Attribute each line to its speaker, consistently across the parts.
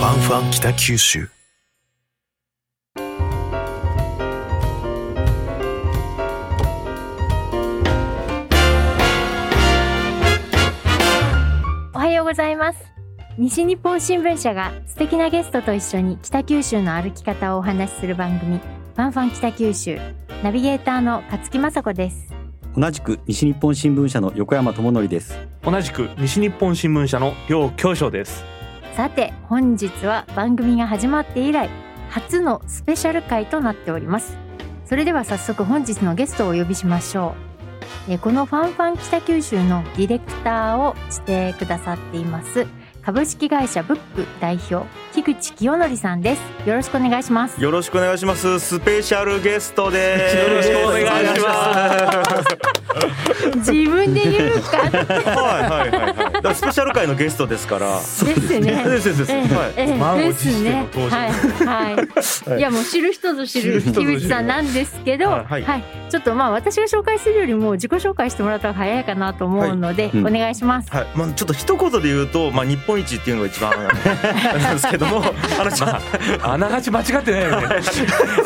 Speaker 1: 北九州
Speaker 2: おはようございます。西日本新聞社が素敵なゲストと一緒に北九州の歩き方をお話しする番組、ファンファン北九州。ナビゲーターの勝木雅子です。
Speaker 3: 同じく西日本新聞社の横山智則です
Speaker 4: 同じく西日本新聞社の両教書です
Speaker 2: さて、本日は番組が始まって以来、初のスペシャル回となっております。それでは早速本日のゲストをお呼びしましょう。えこのファンファン北九州のディレクターをしてくださっています、株式会社ブック代表、木口清則さんです。よろしくお願いします。
Speaker 5: よろしくお願いします。スペシャルゲストです。
Speaker 4: よろしくお願いし
Speaker 5: ま
Speaker 2: 自分で言うかって
Speaker 5: す。はいはいはい、はい。だからスペシャル会のゲストですから。
Speaker 2: ですね。
Speaker 5: ですですです。はい。
Speaker 2: ええ
Speaker 4: 満を
Speaker 2: で
Speaker 4: 持して
Speaker 2: すね
Speaker 4: の。登場
Speaker 2: はいはい。いやもう知る人ぞ知る
Speaker 4: 知る人ぞ知
Speaker 2: 木
Speaker 4: る
Speaker 2: 口さんなんですけど、
Speaker 5: はい
Speaker 2: は、
Speaker 5: はいい
Speaker 2: ちょっとまあ私が紹介するよりも自己紹介してもらった方が早いかなと思うので、
Speaker 3: いうん
Speaker 2: お願いします。
Speaker 5: はい、まあ、ちょっと一言で言うと、まあ、日本一っていうのが一番なんですけども。あの、ちょっと
Speaker 4: あながち間違ってない よね
Speaker 2: そう、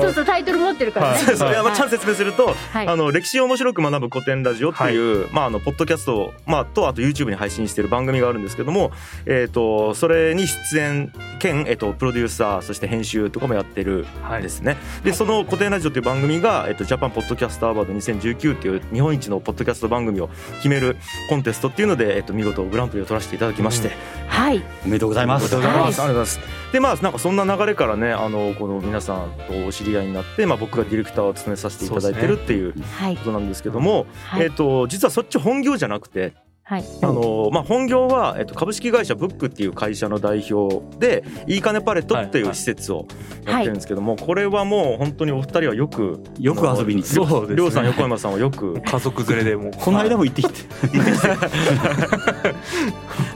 Speaker 2: ちょっとタイトル持ってるからね。
Speaker 5: そうですね。まあ、ちゃんと説明すると、
Speaker 2: はい
Speaker 5: あの歴史を面白く学ぶ古典ラジオっていう、まああのポッドキャストをまあとあと YouTube に配信している番組があるんですけども、えっ、とそれに出演兼えっ、とプロデューサーそして編集とかもやってる
Speaker 4: はい
Speaker 5: んですね。でその古典ラジオという番組がえっ、とジャパンポッドキャストアワード2019っていう日本一のポッドキャスト番組を決めるコンテストっていうのでえっ、と見事グランプリを取らせていただきまして、
Speaker 2: はい。
Speaker 3: おめでとうございます
Speaker 5: おめでとうございます。
Speaker 2: は
Speaker 5: ありがとうございます。でまあなんかそんな流れからねあのこの皆さんとお知り合いになってまあ僕がディレクターを務めさせていただいてるっていう。
Speaker 2: はい
Speaker 5: こ。となんですけども、
Speaker 2: はい
Speaker 5: えっと実はそっち本業じゃなくて、
Speaker 2: はい。
Speaker 5: あのまあ本業はえっと株式会社ブックっていう会社の代表でいいかねパレットってい
Speaker 4: は
Speaker 5: う
Speaker 4: い
Speaker 5: 施設を
Speaker 2: はい
Speaker 5: やってるんですけども、これはもう本当にお二人はよく
Speaker 3: よく遊びに
Speaker 4: そうですね
Speaker 5: りょうさん横山さんはよく
Speaker 4: 家族連れでもう
Speaker 3: この間も行ってきて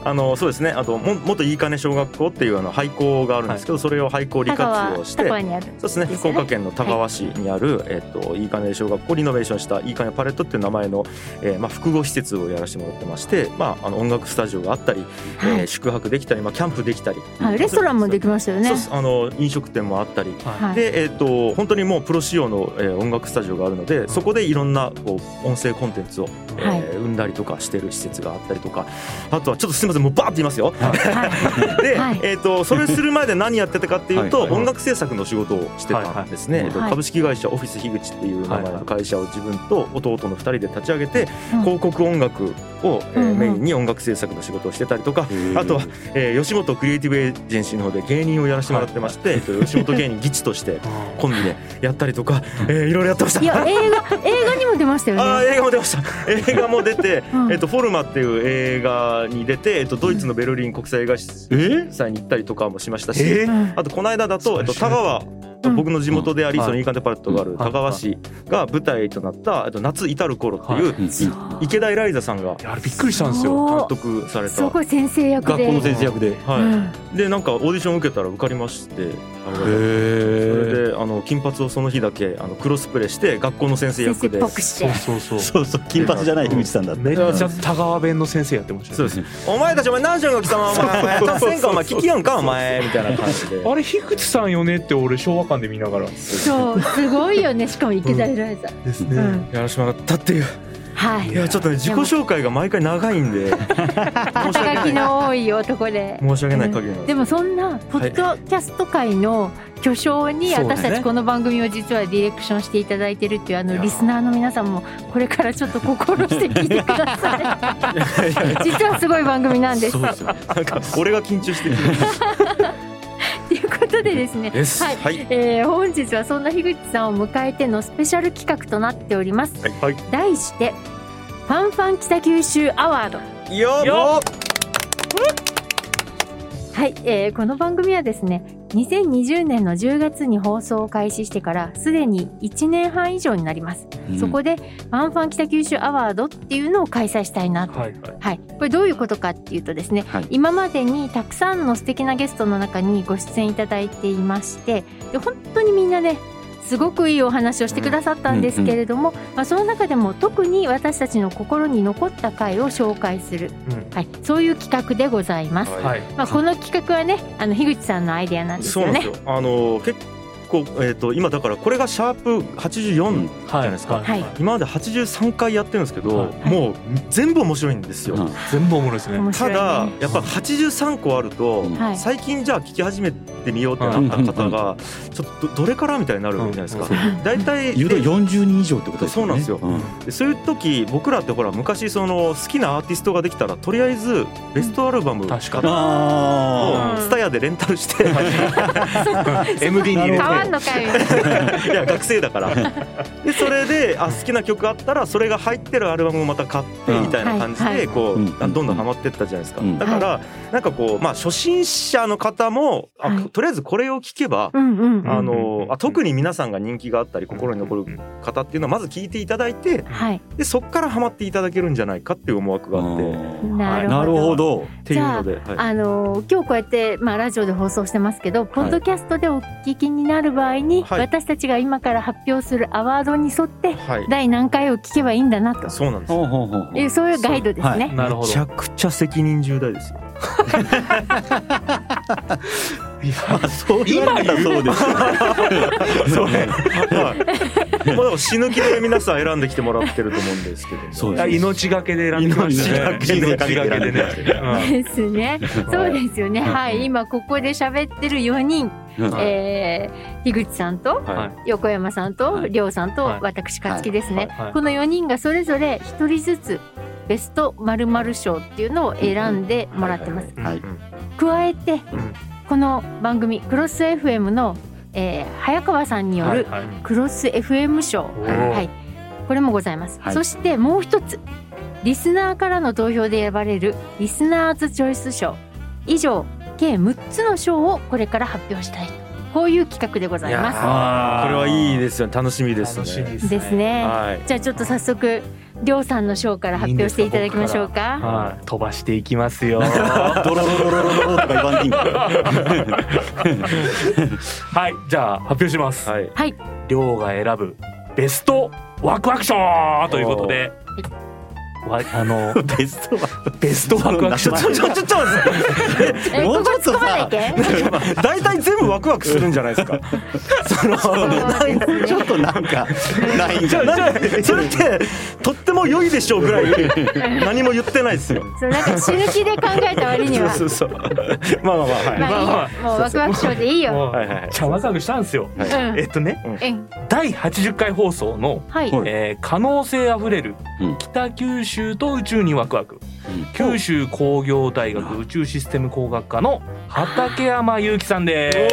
Speaker 5: あのそうですねあとも元いいかね小学校っていうあの廃校があるんですけど、それを廃校利
Speaker 2: 高
Speaker 5: 活
Speaker 2: は
Speaker 5: 用して
Speaker 2: 高。にある。
Speaker 5: そうですね
Speaker 2: ですね
Speaker 5: 福岡県の田川市にある、えっといいかね小学校をリノベーションしたいいかねパレットっていう名前の、えーまあ、複合施設をやらせてもらってまして、まあ、あの音楽スタジオがあったり、
Speaker 2: は
Speaker 5: えー
Speaker 2: い。
Speaker 5: 宿泊できたり、まあ、キャンプできたり、
Speaker 2: はい。レストランもできましたよね
Speaker 5: そう。ですあの飲食店もあったり。
Speaker 4: は
Speaker 2: はい。
Speaker 5: でえー、と本当にもうプロ仕様の、えー音楽スタジオがあるのでそこでいろんなこう音声コンテンツを、えー
Speaker 2: はい
Speaker 5: 生んだりとかしてる施設があったりとかあとはちょっとすみませんもうバーって言います よ。
Speaker 2: はい。
Speaker 5: で、
Speaker 2: はい
Speaker 5: えー、とそれする前で何やってたかっていうと
Speaker 3: はいはい
Speaker 5: 音楽制作の仕事をしてたんですね、
Speaker 4: はい
Speaker 5: えーと
Speaker 2: はい
Speaker 5: 株式会社オフィス樋口っていう名前の会社を自分と弟の2人で立ち上げて、
Speaker 2: うん
Speaker 5: 広告音楽を、えー
Speaker 2: うんうん
Speaker 5: メインに音楽制作の仕事をしてたりとか、
Speaker 3: ー
Speaker 5: あとは、えー吉本クリエイティブエージェンシーの方で芸人をやらせてもらってまして、えーと吉本芸人ギチと してコンビでやったりとか、えーいろいろやってました。
Speaker 2: いや映画映画にも出ました
Speaker 5: あ
Speaker 2: よ
Speaker 5: ー
Speaker 2: ね。
Speaker 5: 映画も出ました映画も出て、
Speaker 2: うん
Speaker 5: えっとフォルマっていう映画に出て、えっとドイツのベルリン国際映画祭に行ったりとかもしましたし、
Speaker 4: え
Speaker 2: うん
Speaker 5: あとこの間だと、えっと、田川
Speaker 2: うん
Speaker 5: 僕の地元であり、
Speaker 4: うん
Speaker 5: そのインカンテパレットがある田川市が舞台となった「えっと夏至る頃」っていう、
Speaker 3: はい
Speaker 2: そう
Speaker 5: 池田エライザさんが
Speaker 4: あれびっくりしたんですよ
Speaker 5: 監督され
Speaker 2: す
Speaker 5: た、
Speaker 2: ごい先生役
Speaker 3: 学
Speaker 2: で。
Speaker 3: 校の先生役でへ
Speaker 2: うん
Speaker 5: は。い、でなんかオーディション受けたら受かりましてあのそ
Speaker 3: え
Speaker 5: れであの金髪をその日だけあのクロスプレーして学校の先生
Speaker 2: 先生
Speaker 5: 役
Speaker 2: っ
Speaker 5: で
Speaker 2: ぽくして。
Speaker 4: そうそうそう
Speaker 3: そうそう金髪じゃない樋口さんだって
Speaker 4: めっちゃ田川弁の先生やってました
Speaker 5: そう
Speaker 4: よ
Speaker 5: ですお前たちお前何しよんか貴様お前お前やったせんかお前聞きやんかお前みたいな感じで
Speaker 4: あれ樋口さんよねって俺昭和館で見ながらで
Speaker 2: そう、すごいよね。しかも池田エライザ。
Speaker 4: す
Speaker 2: う
Speaker 4: ね
Speaker 2: ん。
Speaker 5: やらしまったっていう
Speaker 2: はい
Speaker 5: い。やちょっとね自己紹介が毎回長いんで申し訳
Speaker 2: 肩書
Speaker 5: な
Speaker 2: き
Speaker 5: い
Speaker 2: の多い男で。
Speaker 5: 申し訳ない限りなん
Speaker 2: ですもそんなポッドキャスト界の巨匠に
Speaker 4: そうだね
Speaker 2: 私たちこの番組を実はディレクションしていただいてるっていうあ
Speaker 5: い
Speaker 2: の
Speaker 5: や
Speaker 2: リスナーの皆さんもこれからちょっと心して聞いてください 実はすごい番組なんです
Speaker 5: そうですよなんか俺が緊張してる
Speaker 2: ということでですね
Speaker 5: です
Speaker 2: はい
Speaker 5: はい
Speaker 2: えー本日はそんな樋口さんを迎えてのスペシャル企画となっております
Speaker 5: はい
Speaker 2: 題して「ファンファン北九州アワード」
Speaker 5: よっ
Speaker 4: よ
Speaker 2: はい、えーこの番組はですね2020年の10月に放送を開始してからすでに1年半以上になります、そこで「ファンファン北九州アワード」っていうのを開催したいなと、
Speaker 4: はい
Speaker 2: はい、これどういうことかっていうとですね、
Speaker 3: はい
Speaker 2: 今までにたくさんの素敵なゲストの中にご出演いただいていましてで本当にみんなねすごくいいお話をしてくださったんですけれども、まあ、その中でも特に私たちの心に残った回を紹介する、はい、そういう企画でございます。
Speaker 5: はい
Speaker 4: はい。
Speaker 2: まあ、この企画はねあの樋口さんのアイデアなんです
Speaker 5: そう
Speaker 2: よ
Speaker 5: なんで
Speaker 2: ね
Speaker 5: す。よ。あの結構えっ、と今だからこれがシャープ84、
Speaker 3: うん
Speaker 4: はい
Speaker 5: ゃないですか
Speaker 2: はい
Speaker 5: 今まで83回やってるんですけど、
Speaker 4: はい
Speaker 5: もう全部面白いんですよ。
Speaker 3: うん
Speaker 4: 全部おもろいですね。
Speaker 2: 面
Speaker 5: た
Speaker 2: 白いね
Speaker 5: だやっぱ83個あると、
Speaker 3: うん
Speaker 2: はい
Speaker 5: 最近じゃあ聞き始めてみようってなった方がちょっとどどれからみたいになるじゃないですか
Speaker 4: うん。
Speaker 5: 大体
Speaker 3: 誘導
Speaker 5: で
Speaker 3: 40人以上ってことですよね。
Speaker 5: そうなんでそういう時僕らってほら昔その好きなアーティストができたらとりあえずベストアルバムを
Speaker 4: 確か
Speaker 3: うんあ
Speaker 2: うん
Speaker 5: スタヤでレンタルして、
Speaker 4: に。MD に入
Speaker 2: 変
Speaker 4: れて。
Speaker 2: わんのかよ。
Speaker 5: いや学生だからでそれであ好きな曲あったらそれが入ってるアルバムをまた買って
Speaker 3: うん
Speaker 5: みたいな感じ
Speaker 2: はいは
Speaker 5: で
Speaker 2: い
Speaker 5: こう
Speaker 3: うん
Speaker 5: どんどんハマってったじゃないですか
Speaker 3: うん
Speaker 5: だからなんかこうまあ初心者の方も
Speaker 2: は
Speaker 5: あ
Speaker 2: い
Speaker 5: とりあえずこれを聴けば
Speaker 2: うんうん。
Speaker 5: あ
Speaker 4: うんうんうん
Speaker 5: のあ特に皆さんが人気があったり 心に残
Speaker 4: うん
Speaker 5: る方っていうのはまず聞いていただいて
Speaker 2: はい。
Speaker 5: でそこからハマっていただけるんじゃないかっていう思惑があってっ
Speaker 3: ー
Speaker 2: なるほど。
Speaker 3: なるほど。
Speaker 5: ていうのではい
Speaker 2: あの今日こうやって、まあ、ラジオで放送してますけど、ポッドキャストでお聞きになる場合に、
Speaker 5: はい
Speaker 2: 私たちが今から発表するアワードに沿って
Speaker 5: はい
Speaker 2: 第何回を聞けばいいんだなと
Speaker 5: そうなんですよ
Speaker 3: ほうほうほうほう
Speaker 2: いうそういうガイドですね。
Speaker 4: なるほど
Speaker 5: めち。ゃくちゃ責任重大ですよ
Speaker 4: いや
Speaker 5: そう言われたらそうですよ。それ。はい。まあでも死ぬ気で皆さん選んできてもらってると思うんですけど。
Speaker 3: そう
Speaker 4: い
Speaker 3: で
Speaker 4: や
Speaker 3: す
Speaker 4: 命がけで選んできましたね。
Speaker 5: 命がけ
Speaker 4: 命
Speaker 5: で
Speaker 4: がけで ね。
Speaker 2: です ね。そうですよね。はい、今ここで喋ってる4人、
Speaker 3: うん
Speaker 4: はい
Speaker 2: えー、樋口さんと
Speaker 5: はい。
Speaker 2: 横山さんと
Speaker 3: はい
Speaker 2: 亮さんと
Speaker 4: はい
Speaker 2: 私勝木です
Speaker 5: はい
Speaker 2: ね
Speaker 4: はいはい。
Speaker 2: この4人がそれぞれ1人ずつベストまるまる賞っていうのを選んでもらってます。
Speaker 4: うん
Speaker 3: はい
Speaker 2: 加えて
Speaker 4: ん
Speaker 2: この番組クロス FM の、えー早川さんによる
Speaker 4: はいはい
Speaker 2: クロス FM 賞、
Speaker 4: お
Speaker 2: は
Speaker 4: ー
Speaker 2: いこれもございます、
Speaker 3: はい
Speaker 2: そしてもう一つリスナーからの投票で選ばれるリスナーズチョイス賞以上計6つの賞をこれから発表したいとこういう企画でござい
Speaker 5: い
Speaker 2: ま
Speaker 5: や
Speaker 3: あー
Speaker 5: これはいいですよね。楽しみです
Speaker 4: 楽しみ
Speaker 5: ね。
Speaker 2: すです。ね、
Speaker 5: はい。
Speaker 2: じゃあちょっと早速りょうさんの賞から発表していただきましょうか
Speaker 4: はい。飛ばしていきます よ。
Speaker 3: ドロドロドロドロとか言わんでいいんか。
Speaker 4: はい、じゃあ発表します。
Speaker 5: はい。
Speaker 4: りょうが選ぶベストワクワク賞ということで。わあ の
Speaker 3: ベストは
Speaker 4: ベストワクワク
Speaker 5: ち
Speaker 4: 賞
Speaker 5: ょちょちょちょちょ。
Speaker 2: え
Speaker 3: もうちょっと
Speaker 2: ここ突っ込まない
Speaker 3: さ
Speaker 2: け
Speaker 5: 大体全部ワクワクするんじゃないですか。その。
Speaker 2: そうですね
Speaker 3: ちょっとなんかないん
Speaker 5: じ
Speaker 3: じゃ
Speaker 5: ゃあ
Speaker 3: ない。
Speaker 5: なんでそれってとっても良いでしょうぐらい何も言ってないですよ。
Speaker 2: そうなんか死ぬ気で考えた割には
Speaker 5: そうそうそう。まあまあまあはい。
Speaker 2: まあいいよ、
Speaker 4: まあ
Speaker 2: もうワクワク賞でいいよ、
Speaker 4: もう
Speaker 5: はいはいはい
Speaker 4: じゃあワクワクしたんですよ。
Speaker 2: うん
Speaker 4: えっとね、
Speaker 2: うん
Speaker 4: 第80回放送の、
Speaker 2: はい、
Speaker 3: はい
Speaker 4: えー可能性あふれる
Speaker 3: うん
Speaker 4: 北九州と宇宙にワクワク、
Speaker 3: うん
Speaker 4: 九州工業大学宇宙システム工学科の畠山祐樹さんで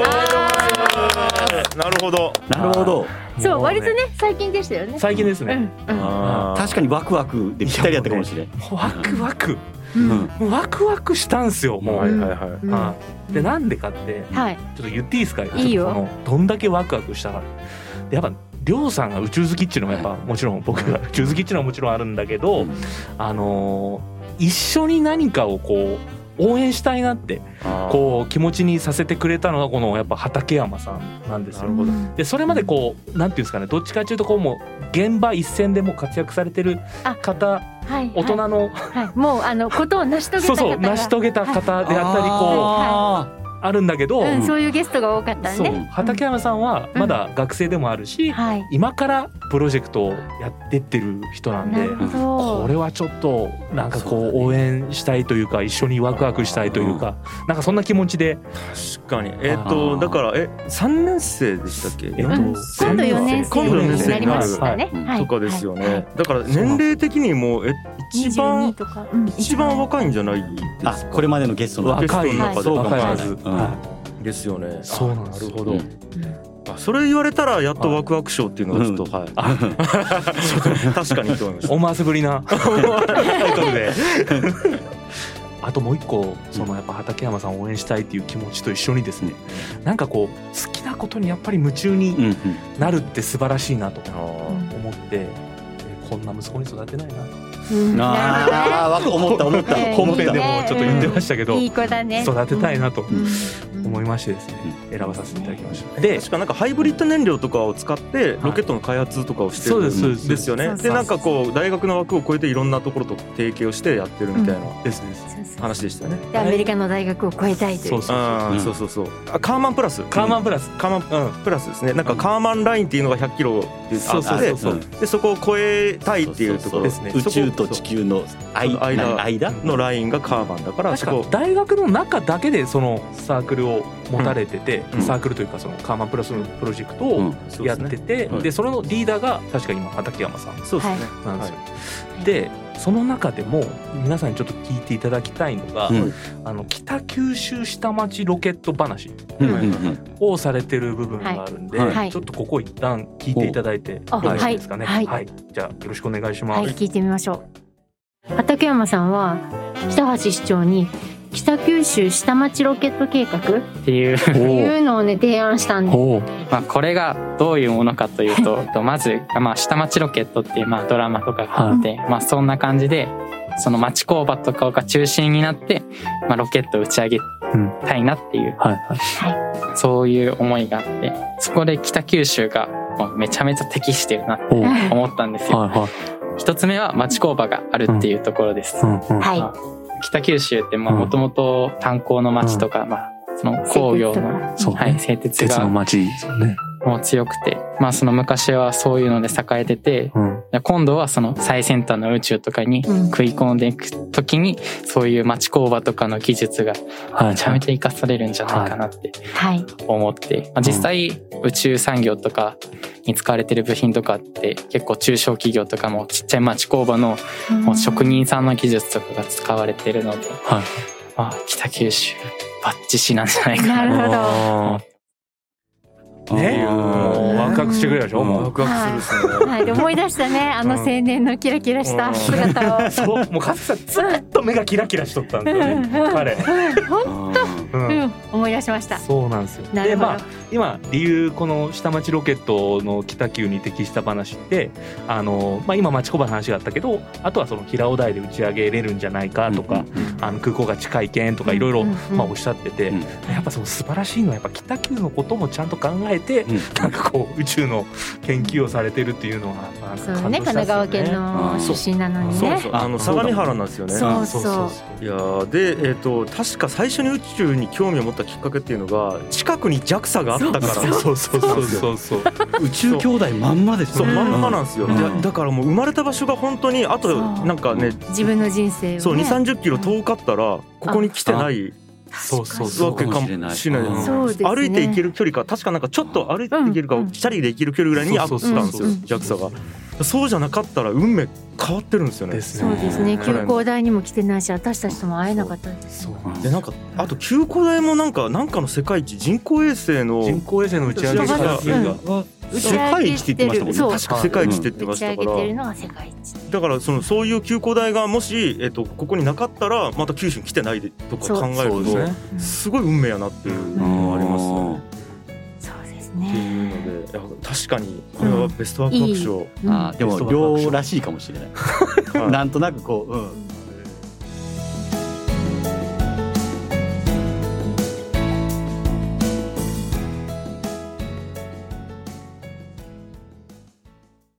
Speaker 5: なるほど。
Speaker 3: なるほど。
Speaker 4: す。
Speaker 2: そう、
Speaker 4: も
Speaker 2: 割とね、最近でしたよね。
Speaker 4: 最近です
Speaker 2: う
Speaker 4: ね。
Speaker 2: ん、うん、
Speaker 5: あー
Speaker 3: 確かにワクワクでぴったりやったかもしれん。
Speaker 4: ワクワク、
Speaker 2: うん、
Speaker 4: もうワクワクしたんすよ。もう。
Speaker 5: は
Speaker 4: はいい
Speaker 5: はいはい。
Speaker 2: うん、は
Speaker 4: でなんでかってちょ
Speaker 2: い、
Speaker 4: っと言っていいですか。
Speaker 2: いいよ
Speaker 4: ちょっとそのどんだけワクワクしたか。でやっぱりょうさんが宇宙好きっていうのもやっぱもちろん僕が宇宙好きっていうのはもちろんあるんだけど、
Speaker 3: うん
Speaker 4: あのー一緒に何かをこう応援したいなってこう気持ちにさせてくれたのがこのやっぱ畠山さんなんです
Speaker 5: な
Speaker 4: よ
Speaker 5: る。ほど
Speaker 4: でそれまでこうなんていうんですかねどっちかというとこうもう現場一線でもう活躍されてる
Speaker 2: あ
Speaker 4: 方
Speaker 2: はい、
Speaker 4: 大人の、
Speaker 2: はい、はい、もう、あの、ことを成し遂げた
Speaker 4: そう
Speaker 2: 方
Speaker 4: そう成し遂げた方であったりこ
Speaker 3: あ
Speaker 4: うあるんだけど、
Speaker 2: はいうん、そういうゲストが多かったん
Speaker 4: そう
Speaker 2: で。
Speaker 4: 畠山さんはまだ学生でもあるし、
Speaker 2: はい、
Speaker 4: 今からプロジェクトをやってってる人なん
Speaker 2: な
Speaker 4: で
Speaker 2: るほ
Speaker 4: こ
Speaker 2: ど。
Speaker 4: れはちょっとなんかこ
Speaker 3: そう
Speaker 4: う
Speaker 3: だね
Speaker 4: 応援したいというか一緒にワクワクしたいというかなんかそんな気持ちで
Speaker 5: 確かにえっ、
Speaker 3: あー
Speaker 5: とだからえ三年生でしたっけ、
Speaker 4: えっ
Speaker 2: う
Speaker 4: と
Speaker 2: ん、今度四年生
Speaker 5: 今度四年
Speaker 2: にな
Speaker 5: 生
Speaker 2: り
Speaker 5: にな
Speaker 2: ま
Speaker 5: る
Speaker 2: したね。
Speaker 3: はい
Speaker 2: はい、
Speaker 5: とかですよね、
Speaker 2: はい。
Speaker 5: だから年齢的にもえ
Speaker 2: 二十
Speaker 5: 一
Speaker 2: 二
Speaker 5: 番
Speaker 2: とか、うん
Speaker 5: 一番若いんじゃないです
Speaker 3: ーあ
Speaker 5: か
Speaker 3: これまでのゲストの。
Speaker 4: 若い
Speaker 2: はい
Speaker 4: そう若いはず、
Speaker 3: そうかもしれない
Speaker 4: は
Speaker 5: ですよね
Speaker 4: い、そうなんですよ
Speaker 5: なるほど、
Speaker 3: うん
Speaker 5: あそれ言われたらやっとワクワク賞っていうのがちょっと、
Speaker 3: うん
Speaker 5: はい確かにと思いました
Speaker 4: 思わせぶりな
Speaker 5: ということで
Speaker 4: あともう一個そのやっぱ畠山さんを応援したいっていう気持ちと一緒にですねなんかこう好きなことにやっぱり夢中
Speaker 3: うん
Speaker 4: に
Speaker 3: うん
Speaker 4: なるって素晴らしいなと
Speaker 5: あー
Speaker 4: 思って、えーこんな息子に育てないな
Speaker 2: うんなるほどね
Speaker 3: ああ、わか思った思った
Speaker 2: えー。
Speaker 4: 本編で
Speaker 2: いい
Speaker 4: も
Speaker 2: ね
Speaker 4: ちょっと言ってましたけど
Speaker 2: いい子だね。
Speaker 4: 育てたいなと
Speaker 2: うん
Speaker 4: 思いましてですね選ばさせていただきましたで
Speaker 5: 確かなんかハイブリッド燃料とかを使ってロケットの開発とかをしてる
Speaker 4: そうですそう
Speaker 5: で
Speaker 4: です
Speaker 5: すよ
Speaker 2: そう
Speaker 5: ね
Speaker 2: そう
Speaker 5: でなんかこう大学の枠を超えていろんなところと提携をしてやってるみたいな
Speaker 4: ですです
Speaker 2: そうそう
Speaker 5: 話でしたよね
Speaker 2: でアメリカの大学を超えたいとい。
Speaker 4: そううそうそう
Speaker 5: うん
Speaker 3: ん
Speaker 5: そうそうそうあカーマンプラス
Speaker 4: カーマンプラス
Speaker 5: カーマンプラスですねなんかカーマンラインっていうのが100キロっていうの
Speaker 4: そう
Speaker 5: が
Speaker 4: そ
Speaker 5: あっ
Speaker 4: う
Speaker 5: て
Speaker 4: そうそう
Speaker 5: でそこを超えたいっていうところ
Speaker 4: そうそうそう
Speaker 3: 宇宙と地球の間
Speaker 5: 間
Speaker 3: 間間
Speaker 5: のラインがカーマンだから
Speaker 4: 確
Speaker 5: そ
Speaker 4: か
Speaker 5: こ
Speaker 4: 大学の中だけでそのサークルを持たれてて、
Speaker 5: うん
Speaker 4: サークルというかそのカーマンプラスのプロジェクト
Speaker 3: う
Speaker 4: を
Speaker 3: ん
Speaker 5: そうで
Speaker 4: やっ
Speaker 5: すね
Speaker 4: てて、
Speaker 3: はい
Speaker 4: でそれのリーダーが確か今畠山さん
Speaker 5: そうですね
Speaker 4: なんですよ。
Speaker 5: は
Speaker 4: でその中でも皆さんにちょっと聞いていただきたいのが、
Speaker 3: うん
Speaker 4: あの北九州下町ロケット話
Speaker 3: うんうんうん
Speaker 4: をされてる部分があるんで、
Speaker 3: はい
Speaker 2: はい
Speaker 4: ちょっとここ一旦聞いていただいてよ
Speaker 2: お
Speaker 4: ろしいですかね。
Speaker 2: あはいはい
Speaker 4: じゃあよろしくお願いしま
Speaker 2: は
Speaker 4: す。
Speaker 2: い、聞いてみましょう。畠山さんは北橋市長に北九州下町ロケット計画っ
Speaker 1: っていう、
Speaker 2: て いうのをね提案したんで
Speaker 4: おお、
Speaker 1: まあ、これがどういうものかというととまず、まあ、下町ロケットっていう、まあ、ドラマとかがあって、まあ、そんな感じでその町工場とかが中心になって、まあ、ロケットを打ち上げたいなっていう、
Speaker 4: はい
Speaker 1: そういう思いがあってそこで北九州がもうめちゃめちゃ適してるなって思ったんですよ。
Speaker 4: は
Speaker 1: 一つ目は町工場があるっていうところです。
Speaker 4: いは
Speaker 2: はい
Speaker 1: 北九州ってまあ
Speaker 4: うん
Speaker 1: もともと炭鉱の町とか、まあその工業の、
Speaker 2: 製
Speaker 4: そう
Speaker 1: はい、製鉄
Speaker 4: 鉄の
Speaker 1: が
Speaker 4: 町ですよね。
Speaker 1: もう強くて、まあその昔はそういうので栄えてて、
Speaker 4: うん。
Speaker 1: 今度はその最先端の宇宙とかに
Speaker 2: うん
Speaker 1: 食い込んでいくときに、そういう町工場とかの技術が
Speaker 4: は
Speaker 1: めちゃめちゃ活かされるんじゃないかなって
Speaker 2: はい
Speaker 1: 思って、まあ、実際宇宙産業とかに使われてる部品とかって結構中小企業とかもちっちゃい町工場のもう職人さんの技術とかが使われてるので、
Speaker 4: はい
Speaker 1: まあ北九州バッチシなんじゃないか
Speaker 2: な
Speaker 1: な
Speaker 2: るほど。
Speaker 3: あー
Speaker 4: ね、もうワクワクしてくれるでしょ。
Speaker 3: うん
Speaker 4: もう
Speaker 5: ワクワクするですね
Speaker 2: はい、で思い出したね、あの青年のキラキラした姿を。
Speaker 4: そう、もうかつさんずっと目がキラキラしとったんですよね。彼。
Speaker 2: ほん
Speaker 4: う。
Speaker 2: うんん、思い出しました。
Speaker 4: そうなんですよ。
Speaker 2: なる
Speaker 4: で、
Speaker 2: ほど。
Speaker 4: まあ、今理由この下町ロケットの北急に適した話ってあの、まあ、今町工場の話があったけどあとはその平尾台で打ち上げれるんじゃないかとか、あの空港が近い県とかいろいろ
Speaker 2: うんうんうん
Speaker 4: まあおっしゃってて、
Speaker 3: うん
Speaker 4: やっぱその素晴らしいのはやっぱ北急のこともちゃんと考えて、
Speaker 3: うん
Speaker 4: なんかこう宇宙の研究をされてるっていうのはなん
Speaker 2: そ
Speaker 4: か
Speaker 2: う
Speaker 4: 感動
Speaker 2: ね、
Speaker 4: し
Speaker 2: 神
Speaker 4: たっ
Speaker 2: 奈
Speaker 4: す
Speaker 2: 川
Speaker 4: よね
Speaker 2: 県の出身なのに
Speaker 5: そう
Speaker 2: ね
Speaker 5: そ。う
Speaker 3: あ
Speaker 5: あの
Speaker 3: そう
Speaker 5: 相
Speaker 3: だ
Speaker 5: 模原なんですよね
Speaker 2: そう
Speaker 5: いやーで、えー、と確か最初に宇宙に興味を持ったきっかけっていうのが近くに JAXA があったから
Speaker 4: そうそうそうそうそうそう
Speaker 3: 宇宙兄弟まんまですね
Speaker 5: そうまんまなんですよ、
Speaker 3: うん
Speaker 5: でだからもう生まれた場所が本当にあと
Speaker 2: そう
Speaker 5: なんかね
Speaker 2: 自分の人生を、ね。
Speaker 5: そう2 3 0キロ遠かったらここに来てない
Speaker 4: そうそう
Speaker 2: 確か
Speaker 5: わけかもしれない
Speaker 3: そう
Speaker 2: そうですね
Speaker 5: 歩いて行ける距離か確かなんかちょっと歩いて行けるか、
Speaker 2: うん
Speaker 5: チャリで行ける距離ぐらいにあったんですよ
Speaker 2: そうそうそう
Speaker 5: JAXA がそうじゃなかったら運命変わってるんですよね
Speaker 4: です
Speaker 2: そうですね、
Speaker 5: ん
Speaker 2: 休校台にも来てないし、私たちとも会えなかったんです。
Speaker 4: そう
Speaker 5: でなんかあと九個台もなんかなんかの世界一人工衛星の
Speaker 4: 人工衛星の打ち上げ
Speaker 5: そう
Speaker 4: が
Speaker 3: 世界一って言ってましたもん
Speaker 2: そう
Speaker 3: ね
Speaker 5: 確か世界一って言って
Speaker 2: 打
Speaker 5: まし
Speaker 2: ち上
Speaker 5: た
Speaker 2: げ
Speaker 5: か
Speaker 2: てる
Speaker 5: ら
Speaker 2: のが世界一。
Speaker 5: だからそのそういう休校台がもし、えっとここになかったらまた九州に来てないでとか考える
Speaker 4: そうですね
Speaker 5: とすごい運命やなっていうのがありますね。
Speaker 2: そうです
Speaker 5: って
Speaker 2: ね。
Speaker 5: いうのでいや確かにこれはベストワークワーク賞、
Speaker 3: あーで
Speaker 4: うん
Speaker 3: も量らしいかもしれないなんとなくこう、うん